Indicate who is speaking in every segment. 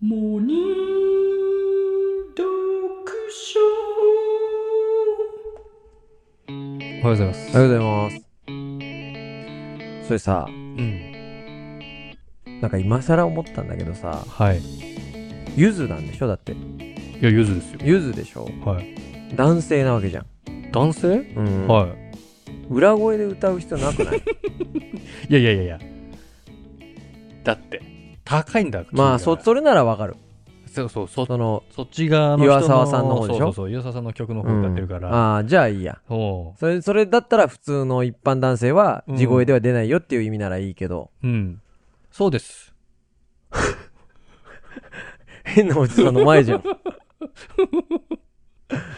Speaker 1: モーニング読書
Speaker 2: おはようございます
Speaker 3: おはようございます。それさ、
Speaker 2: うん
Speaker 3: なんか今更思ったんだけどさ、
Speaker 2: はいい
Speaker 3: ゆずなんでしょだって。
Speaker 2: やゆずですよ
Speaker 3: ゆずでしょ
Speaker 2: はい
Speaker 3: 男性なわけじゃん。
Speaker 2: 男性、
Speaker 3: うん
Speaker 2: はい
Speaker 3: 裏声で歌う必要なくない
Speaker 2: いやいやいやいやだって高いんだ君
Speaker 3: まあ、
Speaker 2: が
Speaker 3: そ、それならわかる。
Speaker 2: そうそうそ
Speaker 3: その、
Speaker 2: そっち側の人の
Speaker 3: 岩沢さんの方で
Speaker 2: そ
Speaker 3: しょ
Speaker 2: うそうそう岩沢さんの曲の方歌ってるから、
Speaker 3: ああ、じゃあいいや。
Speaker 2: そ
Speaker 3: それ、それだったら普通の一般男性は、
Speaker 2: うん
Speaker 3: 地声では出ないよっていう意味ならいいけど、
Speaker 2: ううんそうです
Speaker 3: 変なおじさんの前 じゃん。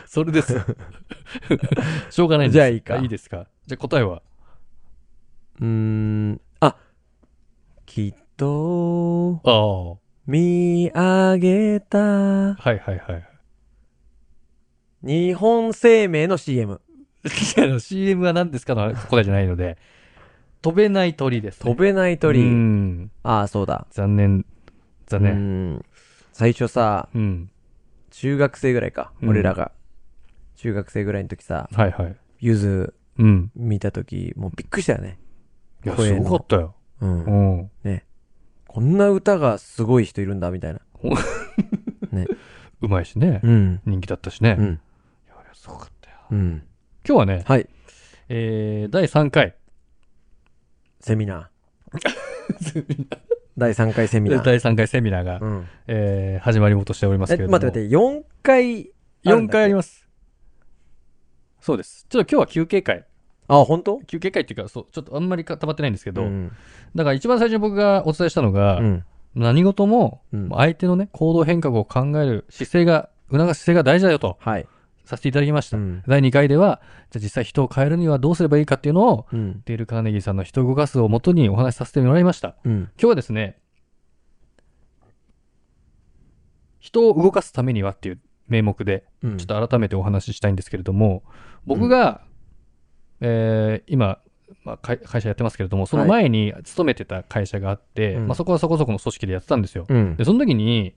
Speaker 2: それです しょうがないんです
Speaker 3: じゃあいいか
Speaker 2: いいですかじゃあ答えは
Speaker 3: うーん、あ、きっと、
Speaker 2: ああは
Speaker 3: 見上げた、
Speaker 2: いはいはい
Speaker 3: 日本生命の CM。
Speaker 2: いやあの CM は何ですかの 答えじゃないので飛べない鳥です、
Speaker 3: 飛べない鳥。
Speaker 2: うん
Speaker 3: ああ、そうだ。
Speaker 2: 残念残
Speaker 3: う
Speaker 2: 念
Speaker 3: ん。最初さ、
Speaker 2: うん
Speaker 3: 中学生ぐらいか。
Speaker 2: うん
Speaker 3: 俺らが。中学生ぐらいの時さ、
Speaker 2: はいはい
Speaker 3: ゆず
Speaker 2: うん
Speaker 3: 見た時、もうびっくりしたよね。
Speaker 2: いや
Speaker 3: 声
Speaker 2: す
Speaker 3: の
Speaker 2: ごかったよ
Speaker 3: う。
Speaker 2: うんん
Speaker 3: こんな歌がすごい人いるんだ、みたいな。
Speaker 2: うまいしね
Speaker 3: うん。
Speaker 2: 人気だったしね
Speaker 3: う
Speaker 2: い
Speaker 3: ん。
Speaker 2: やあれはすごかったよ
Speaker 3: うん。
Speaker 2: 今日はね
Speaker 3: はい。
Speaker 2: えー第3回
Speaker 3: セミナ ー。第3回セミナー。
Speaker 2: 第3回セミナーが
Speaker 3: うん。
Speaker 2: えー始まりもとしております
Speaker 3: え、
Speaker 2: け
Speaker 3: 待
Speaker 2: れど
Speaker 3: って
Speaker 2: も
Speaker 3: 待って、4回あるんだっけ
Speaker 2: 4回ありますそうですちょっと今日は休憩会
Speaker 3: あ、本当
Speaker 2: 休憩会っていうかそうちょっとあんまり固まってないんですけど
Speaker 3: うん。
Speaker 2: だから一番最初に僕がお伝えしたのが
Speaker 3: うん。
Speaker 2: 何事も
Speaker 3: うん
Speaker 2: 相手のね行動変革を考える姿勢が促す姿勢が大事だよと
Speaker 3: はい。
Speaker 2: させていただきまし
Speaker 3: う
Speaker 2: た、
Speaker 3: ん。
Speaker 2: 第2回ではじゃあ実際人を変えるにはどうすればいいかっていうのを
Speaker 3: うん。
Speaker 2: デール・カーネギーさんの人を動かすをもとにお話しさせてもらいました
Speaker 3: うん。
Speaker 2: 今日はですね人を動かすためにはっていう名目で
Speaker 3: うん
Speaker 2: ちょっと改めてお話ししたいんですけれども僕が、えー今、まあ、会会社やってますけれどもその前に勤めてた会社があって、
Speaker 3: うん
Speaker 2: まあ、そこはそこそこの組織でやってたんですよ、
Speaker 3: うん
Speaker 2: で。その時に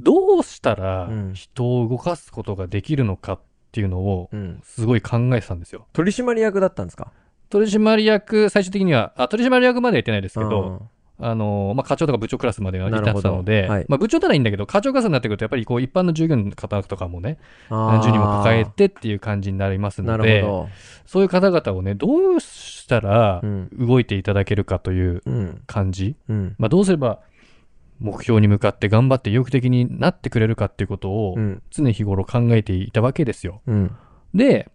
Speaker 2: どうしたら
Speaker 3: うん
Speaker 2: 人を動かすことができるのかっていうのを
Speaker 3: うん。
Speaker 2: すごい考えてたんですよ
Speaker 3: 取締役だったんですか
Speaker 2: 取締役最終的にはあ取締役までは行ってないですけど、
Speaker 3: うん
Speaker 2: あのまあ、課長とか部長クラスまでは至ってたの
Speaker 3: なる
Speaker 2: で、
Speaker 3: ほどはい
Speaker 2: まあ、部長ならいいんだけど課長クラスになってくるとやっぱりこう一般の従業員の方とかもね
Speaker 3: あー
Speaker 2: 何十人も抱えてっていう感じになります
Speaker 3: な
Speaker 2: の
Speaker 3: る
Speaker 2: で
Speaker 3: ほ
Speaker 2: そういう方々をねどうしたら
Speaker 3: ど。うん。
Speaker 2: 動いていただけるかという
Speaker 3: うん。
Speaker 2: 感じ、
Speaker 3: うん。
Speaker 2: まあ、どうすれば目標に向かって頑張って意欲的になってくれるかっていうことを
Speaker 3: うん。
Speaker 2: 常日頃考えていたわけですよ。
Speaker 3: うん。
Speaker 2: で、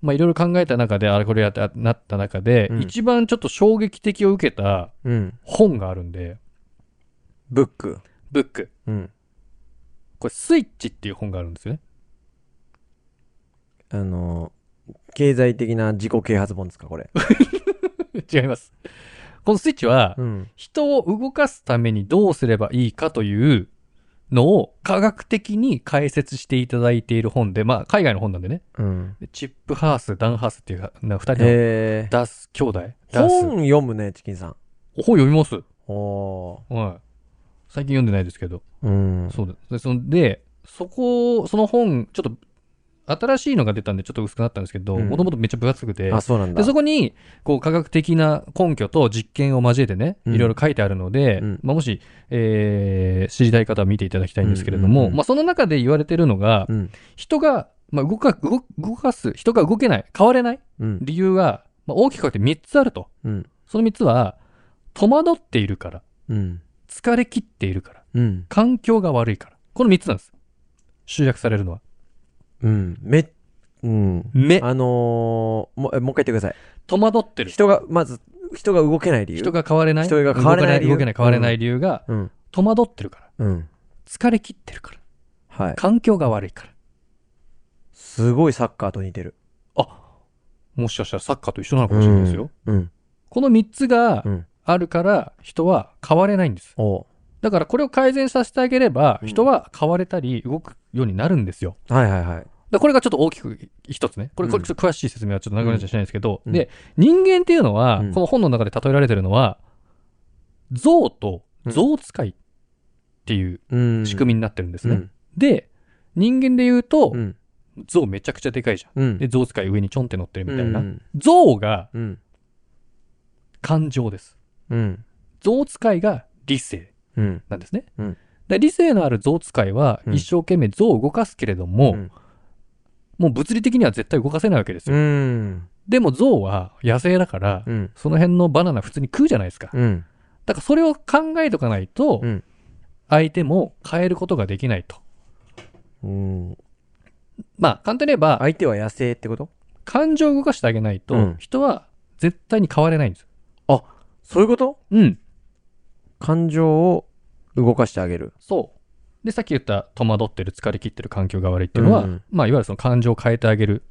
Speaker 2: まあ、いろいろ考えた中であれこれやったなった中で、
Speaker 3: うん
Speaker 2: 一番ちょっと衝撃的を受けた
Speaker 3: うん。
Speaker 2: 本があるんで
Speaker 3: ブック。
Speaker 2: ブック
Speaker 3: うん。
Speaker 2: これ「スイッチ」っていう本があるんですよね。
Speaker 3: あの、経済的な自己啓発本ですか、これ。
Speaker 2: 違います。この「スイッチ」は
Speaker 3: うん。
Speaker 2: 人を動かすためにどうすればいいかというのを科学的に解説していただいている本で、まあ海外の本なんでね。
Speaker 3: うん。
Speaker 2: でチップハース、ダンハースっていうな二人の
Speaker 3: えー
Speaker 2: ダース兄弟。ダース。
Speaker 3: 本読むね、チキンさん。
Speaker 2: 本読みます。
Speaker 3: おー。
Speaker 2: はい。最近読んでないですけど。
Speaker 3: うん。
Speaker 2: そうです。でそんで、そこ、その本、ちょっと、新しいのが出たんでちょっと薄くなったんですけど、
Speaker 3: うん
Speaker 2: もともとめっちゃ分厚くて
Speaker 3: あ、、そうなんだ
Speaker 2: で、。そこに、こう、科学的な根拠と実験を交えてね、
Speaker 3: うん
Speaker 2: いろいろ書いてあるので、
Speaker 3: うん
Speaker 2: まあ、もし、えー知りたい方は見ていただきたいんですけれども、
Speaker 3: うんうんうん
Speaker 2: まあ、その中で言われてるのが、
Speaker 3: うん。
Speaker 2: 人が、まあ、動か、動動かす、人が動けない、変われない
Speaker 3: うん。
Speaker 2: 理由が、まあ、大きく書いて3つあると。
Speaker 3: うん。
Speaker 2: その3つは、戸惑っているから、
Speaker 3: うん。
Speaker 2: 疲れ切っているから、
Speaker 3: うん。
Speaker 2: 環境が悪いから。この3つなんです。集約されるのは。
Speaker 3: うん。め、うん。
Speaker 2: 目、
Speaker 3: あのー、もう、えもう一回言ってください。
Speaker 2: 戸惑ってる。
Speaker 3: 人が、まず、人が動けない理由。
Speaker 2: 人が変われない。
Speaker 3: 人が変われない理由
Speaker 2: 動けない、変われない理由が、
Speaker 3: うん。
Speaker 2: 戸惑ってるから。
Speaker 3: うん。
Speaker 2: 疲れ切ってるから。
Speaker 3: はい。
Speaker 2: 環境が悪いから。
Speaker 3: すごいサッカーと似てる。
Speaker 2: もしかしたらサッカーと一緒なのかもしれないですよ。
Speaker 3: うん。
Speaker 2: この3つが
Speaker 3: うん
Speaker 2: あるから人は変われないんです。
Speaker 3: おう
Speaker 2: だからこれを改善させてあげれば
Speaker 3: うん
Speaker 2: 人は変われたり動くようになるんですよ。
Speaker 3: はいはいはい。
Speaker 2: だからこれがちょっと大きく一つね。これ、
Speaker 3: うん
Speaker 2: これちょっと詳しい説明はちょっと長くなっちゃいけないんですけど。
Speaker 3: うん
Speaker 2: で、人間っていうのは
Speaker 3: う、ん
Speaker 2: この本の中で例えられてるのは、象と象使いっっていう
Speaker 3: うん。
Speaker 2: 仕組み
Speaker 3: み
Speaker 2: になってるんですね。。で、人間で言うと
Speaker 3: う、ん。
Speaker 2: 象めちゃくちゃでかいじゃん。
Speaker 3: うん。
Speaker 2: で、象使い上にちょんって乗ってるみたいな。
Speaker 3: うん。
Speaker 2: 象が
Speaker 3: うん。
Speaker 2: 感情です。
Speaker 3: うん。
Speaker 2: 象使いが理性
Speaker 3: うん。
Speaker 2: なんですね。
Speaker 3: うん
Speaker 2: で理性のある象使いは
Speaker 3: うん
Speaker 2: 一生懸命象を動かすけれども、
Speaker 3: うん
Speaker 2: もう物理的には絶対動かせないわけですよ。
Speaker 3: うん。
Speaker 2: でも象は野生だから、
Speaker 3: うん。
Speaker 2: その辺のバナナ普通に食うじゃないですか。
Speaker 3: うん。
Speaker 2: だからそれを考えとかないと、
Speaker 3: うん
Speaker 2: 相手も変えることができないと。
Speaker 3: うん。
Speaker 2: まあ、簡単に言えば、
Speaker 3: 相手は野生ってこと
Speaker 2: 感情を動かしてあげないと、
Speaker 3: うん
Speaker 2: 人は絶対に変われないんですよ。
Speaker 3: そういうこと
Speaker 2: うん。
Speaker 3: 感情を動かしてあげる。
Speaker 2: そう。で、さっき言った戸惑ってる、疲れ切ってる環境が悪いっていうのは、
Speaker 3: うん
Speaker 2: まあ、いわゆるその感情を変えてあげる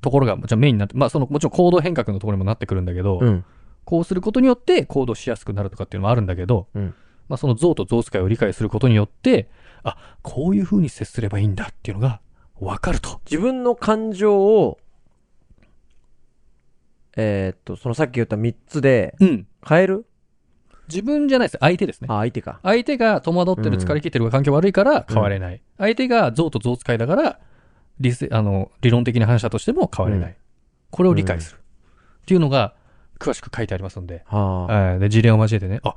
Speaker 2: ところが、じゃあメインになって、まあ、その、もちろん行動変革のところにもなってくるんだけど、
Speaker 3: うん。
Speaker 2: こうすることによって行動しやすくなるとかっていうのもあるんだけど、
Speaker 3: うん
Speaker 2: まあ、その像と像使いを理解することによって、あ、こういう風に接すればいいんだっていうのが分かると。
Speaker 3: 自分の感情を、えーっと、そのさっき言った3つで
Speaker 2: うん。
Speaker 3: 変える
Speaker 2: 自分じゃないです。相手ですね。
Speaker 3: あ、相手か。
Speaker 2: 相手が戸惑ってる、
Speaker 3: うん
Speaker 2: 疲れ切ってる、環境悪いから変われない。相手が像と像使いだから、理せあの理論的な話だとしても変われない。
Speaker 3: うん
Speaker 2: これを理解する。っていうのが、詳しく書いてありますんで、
Speaker 3: はあ。
Speaker 2: はいで事例を交えてね、あ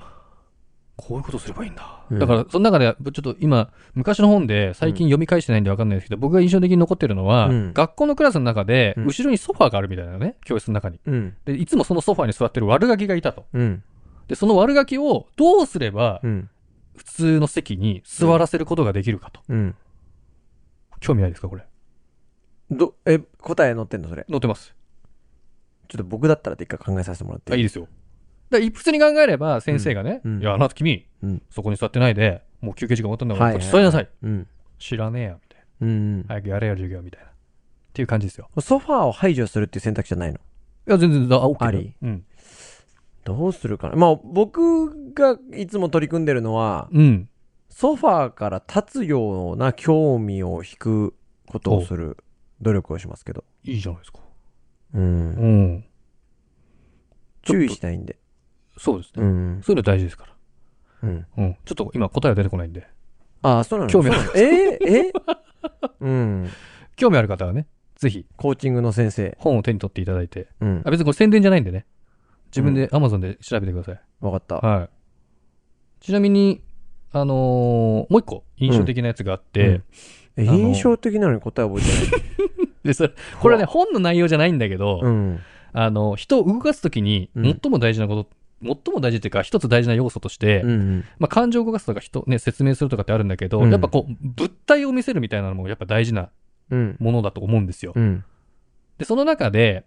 Speaker 2: こういうことすればいいんだ。
Speaker 3: うん
Speaker 2: だから、その中で、ちょっと今、昔の本で、最近読み返してないんでわかんないですけど、僕が印象的に残ってるのは、
Speaker 3: うん
Speaker 2: 学校のクラスの中で、
Speaker 3: うん
Speaker 2: 後ろにソファーがあるみたいなのね、教室の中に。
Speaker 3: うん。
Speaker 2: で、いつもそのソファーに座ってる悪ガキがいたと。
Speaker 3: うん。
Speaker 2: で、その悪ガキをどうすれば、
Speaker 3: うん。
Speaker 2: 普通の席に座らせることができるかと。
Speaker 3: うん。
Speaker 2: 興味ないですかこれ。
Speaker 3: ど、え、答え載ってんのそれ。
Speaker 2: 載ってます。
Speaker 3: ちょっと僕だったらって一回考えさせてもらって。
Speaker 2: あいいですよ。だから普通に考えれば先生がね、
Speaker 3: うんうん
Speaker 2: いや、あなた君、
Speaker 3: うん
Speaker 2: そこに座ってないで、もう休憩時間終わったんだから、
Speaker 3: はい
Speaker 2: こっち座りなさい。
Speaker 3: うん。
Speaker 2: 知らねえや、みたいな。
Speaker 3: うん。
Speaker 2: 早くやれや、授業、みたいな。っていう感じですよ。
Speaker 3: ソファーを排除するっていう選択じゃないの
Speaker 2: いや、全然、あ、OK だ
Speaker 3: あり
Speaker 2: うん。
Speaker 3: どうするかなまあ僕がいつも取り組んでるのは、
Speaker 2: うん。
Speaker 3: ソファーから立つような興味を引くことをする努力をしますけど。
Speaker 2: いいじゃないですか。
Speaker 3: うん。
Speaker 2: うん。
Speaker 3: 注意したいんで。
Speaker 2: そうですね。
Speaker 3: うん。
Speaker 2: そういうの大事ですから。
Speaker 3: うん。
Speaker 2: うん。ちょっと今答えは出てこないんで。
Speaker 3: ああ、そうなの
Speaker 2: 興味ある
Speaker 3: ある。えー、えーうん。
Speaker 2: 興味ある方はね、ぜひ
Speaker 3: コーチングの先生。
Speaker 2: 本を手に取っていただいて。
Speaker 3: うん
Speaker 2: あ、。別にこれ宣伝じゃないんでね。自分で Amazon で調べてください。
Speaker 3: わかった。
Speaker 2: はい。ちなみに、あのーもう一個印象的なやつがあって、
Speaker 3: うんうんえ
Speaker 2: あの
Speaker 3: 印象的なのに答え覚えてない。
Speaker 2: でそれ これはね、本の内容じゃないんだけど、
Speaker 3: うん。
Speaker 2: あの、人を動かすときに、
Speaker 3: うん
Speaker 2: 最も大事なこと、最も大事っていうか、一つ大事な要素として、
Speaker 3: うん。
Speaker 2: まあ、感情を動かすとか、人、ね、説明するとかってあるんだけど、
Speaker 3: うん
Speaker 2: やっぱこう、物体を見せるみたいなのも、やっぱ大事な
Speaker 3: うん。
Speaker 2: ものだと思うんですよ。
Speaker 3: うん。
Speaker 2: で、その中で、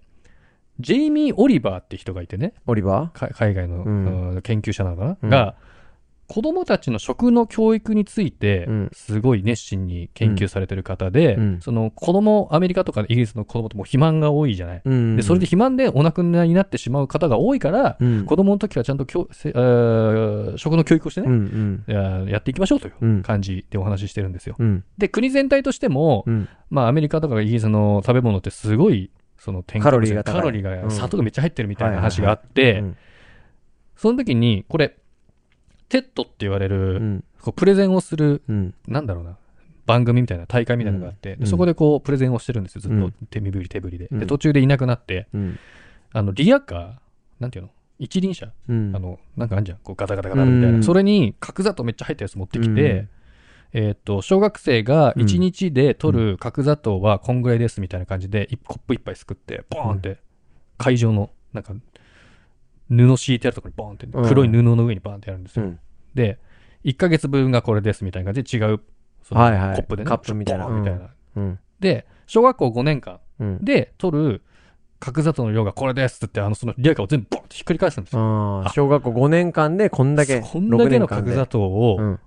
Speaker 2: ジェイミー・オリバーって人がいてね、
Speaker 3: オリバー
Speaker 2: か海外の、
Speaker 3: うん
Speaker 2: うん研究者なのかな、
Speaker 3: うん
Speaker 2: が子供たちの食の教育について
Speaker 3: うん
Speaker 2: すごい熱心に研究されてる方で、
Speaker 3: うん
Speaker 2: その子供アメリカとかイギリスの子供ってもう肥満が多いじゃない、
Speaker 3: うん。
Speaker 2: でそれで、肥満でお亡くなりになってしまう方が多いから、
Speaker 3: うん。
Speaker 2: 子供の時はちゃんと教せ、えー食の教育をして
Speaker 3: うん。う
Speaker 2: ね、
Speaker 3: ん。
Speaker 2: えーやっていきましょうとい
Speaker 3: うん
Speaker 2: う感じでお話ししてるんですよ、
Speaker 3: うん。
Speaker 2: で国全体としても、
Speaker 3: うん。
Speaker 2: まあ、アメリカとかイギリスの食べ物ってすごいその添加
Speaker 3: カロリーが
Speaker 2: 物
Speaker 3: 高い
Speaker 2: カロリー
Speaker 3: う
Speaker 2: が
Speaker 3: ん
Speaker 2: 砂糖がめっちゃ入ってるみたいな話があって、
Speaker 3: うん
Speaker 2: その時に、これ、テッドって言われる、
Speaker 3: うん。
Speaker 2: こうプレゼンをする、
Speaker 3: うん。
Speaker 2: なんだろうな、番組みたいな大会みたいなのがあって、
Speaker 3: ん
Speaker 2: でそこでこう、プレゼンをしてるんですよ、ずっと、
Speaker 3: うん
Speaker 2: 手身振り手振りで。
Speaker 3: う
Speaker 2: で、
Speaker 3: ん
Speaker 2: 途中でいなくなって、
Speaker 3: うん。
Speaker 2: あの、リアカー、なんていうの一輪車、
Speaker 3: うん
Speaker 2: あの、なんかあんじゃん、こうガタガタガタみたいな。
Speaker 3: うん
Speaker 2: それに、角砂糖めっちゃ入ったやつ持ってきて、
Speaker 3: うん
Speaker 2: えーっと、小学生が1日で取る角砂糖はこんぐらいですみたいな感じで、いコップ一杯すくって、ボーンって、会場の、なんか、布敷いてあるところにボーンって、
Speaker 3: うん
Speaker 2: 黒い布の上にバーンってやるんです
Speaker 3: う
Speaker 2: よ。
Speaker 3: ん。
Speaker 2: で、1ヶ月分がこれですみたいな感じで違う、その
Speaker 3: はいはい
Speaker 2: コップでね、
Speaker 3: カップみたいな
Speaker 2: ボーンみたい
Speaker 3: うん
Speaker 2: な。
Speaker 3: うん。
Speaker 2: で、小学校5年間
Speaker 3: うん。
Speaker 2: で取る角砂糖の量がこれですってって、あの、そのリアカーを全部ボーンってひっくり返すんですよ。
Speaker 3: ああ
Speaker 2: あ、
Speaker 3: 小学校5年間でこんだけ。
Speaker 2: こんだけの
Speaker 3: 六
Speaker 2: 角
Speaker 3: 年間
Speaker 2: 砂
Speaker 3: で
Speaker 2: 糖を
Speaker 3: うん。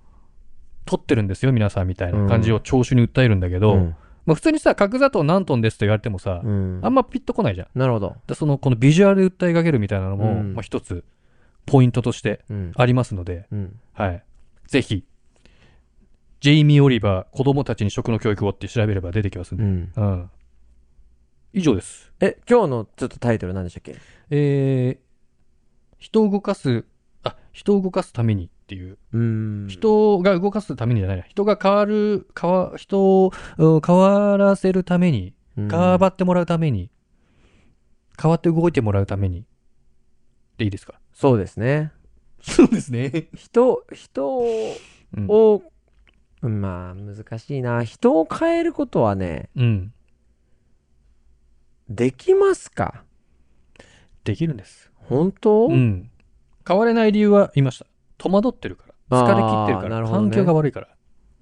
Speaker 2: 取ってるんですよ、皆さんみたいな感じを聴取に訴えるんだけど、
Speaker 3: うん
Speaker 2: まあ、普通にさ、角砂糖何トンですと言われてもさ、
Speaker 3: うん
Speaker 2: あんまピッとこないじゃん。
Speaker 3: なるほど。
Speaker 2: でその、このビジュアルで訴えかけるみたいなのも、
Speaker 3: うん
Speaker 2: まあ、一つ、ポイントとして
Speaker 3: うん。
Speaker 2: ありますので、
Speaker 3: うん。
Speaker 2: はい。ぜひ、ジェイミー・オリバー、子供たちに食の教育をって調べれば出てきますん
Speaker 3: う
Speaker 2: で。
Speaker 3: ん。
Speaker 2: うん。以上です。
Speaker 3: え、今日のちょっとタイトル何でしたっけ
Speaker 2: えー、人を動かす、あ、人を動かすためにっていう、
Speaker 3: うん。
Speaker 2: 人が動かすためにじゃないな人が変わる、変わ、人をうん変わらせるために、
Speaker 3: うん、
Speaker 2: 変わってもらうために、変わって動いてもらうために、でいいですか
Speaker 3: そうですね。
Speaker 2: そうですね。
Speaker 3: 人、人を、
Speaker 2: うん。
Speaker 3: うんまあ、難しいな。人を変えることはね、
Speaker 2: うん
Speaker 3: できますか
Speaker 2: できるんです。
Speaker 3: 本当、
Speaker 2: うん。変われない理由は言いました。戸惑ってるから。疲れ切ってるか
Speaker 3: あーなる
Speaker 2: ら。
Speaker 3: ほどね
Speaker 2: 環境が悪いから。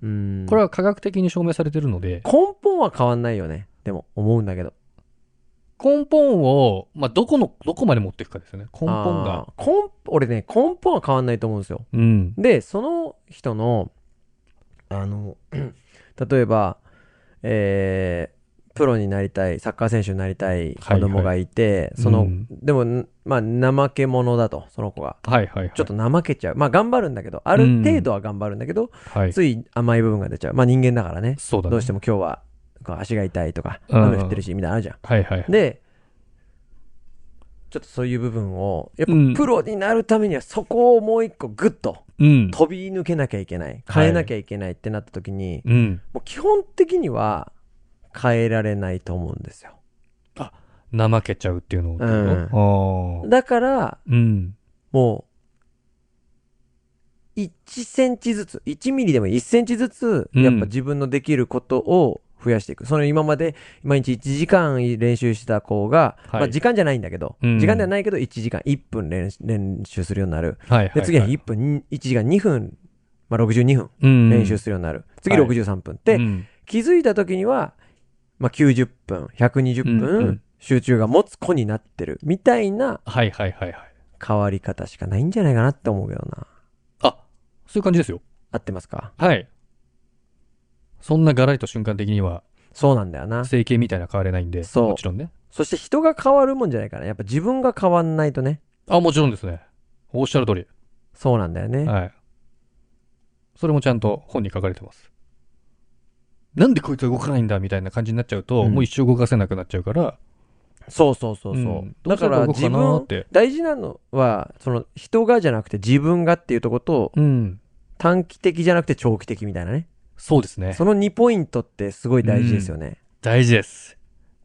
Speaker 3: うん
Speaker 2: これは科学的に証明されてるので、
Speaker 3: 根本は変わんないよね。でも、思うんだけど。
Speaker 2: 根本を、まあ、どこの、どこまで持っていくかですよね。根本が。
Speaker 3: あー。根本俺ね、根本は変わんないと思うんですよ。
Speaker 2: うん。
Speaker 3: で、その人の、あの、 例えば、えー、プロになりたい、サッカー選手になりたい子供がいて、その、
Speaker 2: うん
Speaker 3: でも、んまあ、怠け者だと、その子が。
Speaker 2: はいはいはい。
Speaker 3: ちょっと怠けちゃう。まあ、頑張るんだけど、ある程度は頑張るんだけど、
Speaker 2: はい。
Speaker 3: つい甘い部分が出ちゃう。まあ、人間だからね。
Speaker 2: そうだね。
Speaker 3: どうしても今日は、こう足が痛いとか、
Speaker 2: うん
Speaker 3: 雨降ってるし、みたいなのあるじゃん。
Speaker 2: はいはい。
Speaker 3: で、ちょっとそういう部分を、やっ
Speaker 2: うん
Speaker 3: ぱプロになるためにはそこをもう一個グッと
Speaker 2: うん。
Speaker 3: 飛び抜けなきゃいけない。変えなきゃいけないってなった時に、
Speaker 2: うん。
Speaker 3: もう基本的には変えられないと思うんですよ。
Speaker 2: 怠けちゃうっていうのを。ああ。
Speaker 3: だから、
Speaker 2: うん。
Speaker 3: もう、1センチずつ、1ミリでも1センチずつ、
Speaker 2: うん
Speaker 3: やっぱ自分のできることを増やしていく。その今まで、毎日1時間練習してた子が、
Speaker 2: はい
Speaker 3: まあ時間じゃないんだけど、
Speaker 2: うん
Speaker 3: 時間ではないけど1時間1分練練習するようになる。
Speaker 2: はいはい。
Speaker 3: で、次は
Speaker 2: はい
Speaker 3: 1分、1時間2分、まあ62分
Speaker 2: うん
Speaker 3: 練習するようになる。次
Speaker 2: はい
Speaker 3: 63分。
Speaker 2: う
Speaker 3: で、
Speaker 2: ん
Speaker 3: 気づいた時には、まあ90分、120
Speaker 2: うんう
Speaker 3: 分
Speaker 2: ん、
Speaker 3: 集中が持つ子になってる。みたいな
Speaker 2: はいはいはいはい。
Speaker 3: 変わり方しかないんじゃないかなって思うけどな。
Speaker 2: あ、そういう感じですよ。
Speaker 3: 合ってますか
Speaker 2: はい。そんなガラリと瞬間的には、
Speaker 3: そうなんだよな。
Speaker 2: 整形みたいな変われないんで、
Speaker 3: そう
Speaker 2: もちろんね。
Speaker 3: そして人が変わるもんじゃないから、やっぱ自分が変わんないとね。
Speaker 2: あ、もちろんですね。おっしゃる通り。
Speaker 3: そうなんだよね。
Speaker 2: はい。それもちゃんと本に書かれてます。なんでこいつは動かないんだみたいな感じになっちゃうと、
Speaker 3: うん
Speaker 2: もう一生動かせなくなっちゃうから、
Speaker 3: そうそうそう
Speaker 2: う
Speaker 3: そう。
Speaker 2: んどう
Speaker 3: だ
Speaker 2: した
Speaker 3: からら
Speaker 2: 動く
Speaker 3: 自
Speaker 2: かなっ
Speaker 3: 分、
Speaker 2: て。
Speaker 3: 大事なのは、その人がじゃなくて自分がっていうとこと、
Speaker 2: うん。
Speaker 3: 短期的じゃなくて長期的みたいなね。
Speaker 2: そうですね。
Speaker 3: その2ポイントってすごい大事ですよね。
Speaker 2: 大事です。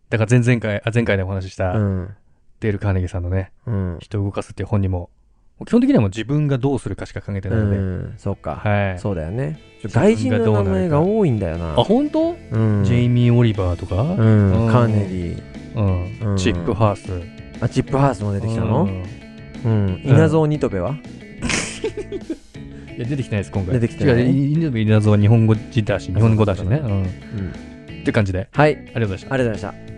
Speaker 2: だから前々回、あ前回でお話しし
Speaker 3: う
Speaker 2: た、
Speaker 3: ん。
Speaker 2: デール・カーネギーさんのね、
Speaker 3: うん。
Speaker 2: 人を動かすっていう本にも、基本的にはもう自分がどうするかしか考えて
Speaker 3: う
Speaker 2: ないので、
Speaker 3: ん。そうか。
Speaker 2: はい。
Speaker 3: そうだよね。
Speaker 2: 自分が
Speaker 3: 外人の名前が
Speaker 2: どうなる
Speaker 3: 多いんだよな
Speaker 2: かあ、。本当、
Speaker 3: うん。
Speaker 2: ジェイミー・オリバーとか、
Speaker 3: う
Speaker 2: うんうん
Speaker 3: カーネギー。
Speaker 2: ん
Speaker 3: うん
Speaker 2: チップ・ハース。
Speaker 3: あ、チップハースも出てきた
Speaker 2: う
Speaker 3: の
Speaker 2: ん
Speaker 3: うん。稲造ニトベはい
Speaker 2: や、出てきてないです、今回。
Speaker 3: 出てきてない
Speaker 2: 違ういい稲造は日本語字だし、日本語だしね。
Speaker 3: あそう
Speaker 2: うん。
Speaker 3: うん。
Speaker 2: って感じで、
Speaker 3: はい。あり
Speaker 2: ありがとうございました。
Speaker 3: がとうございました。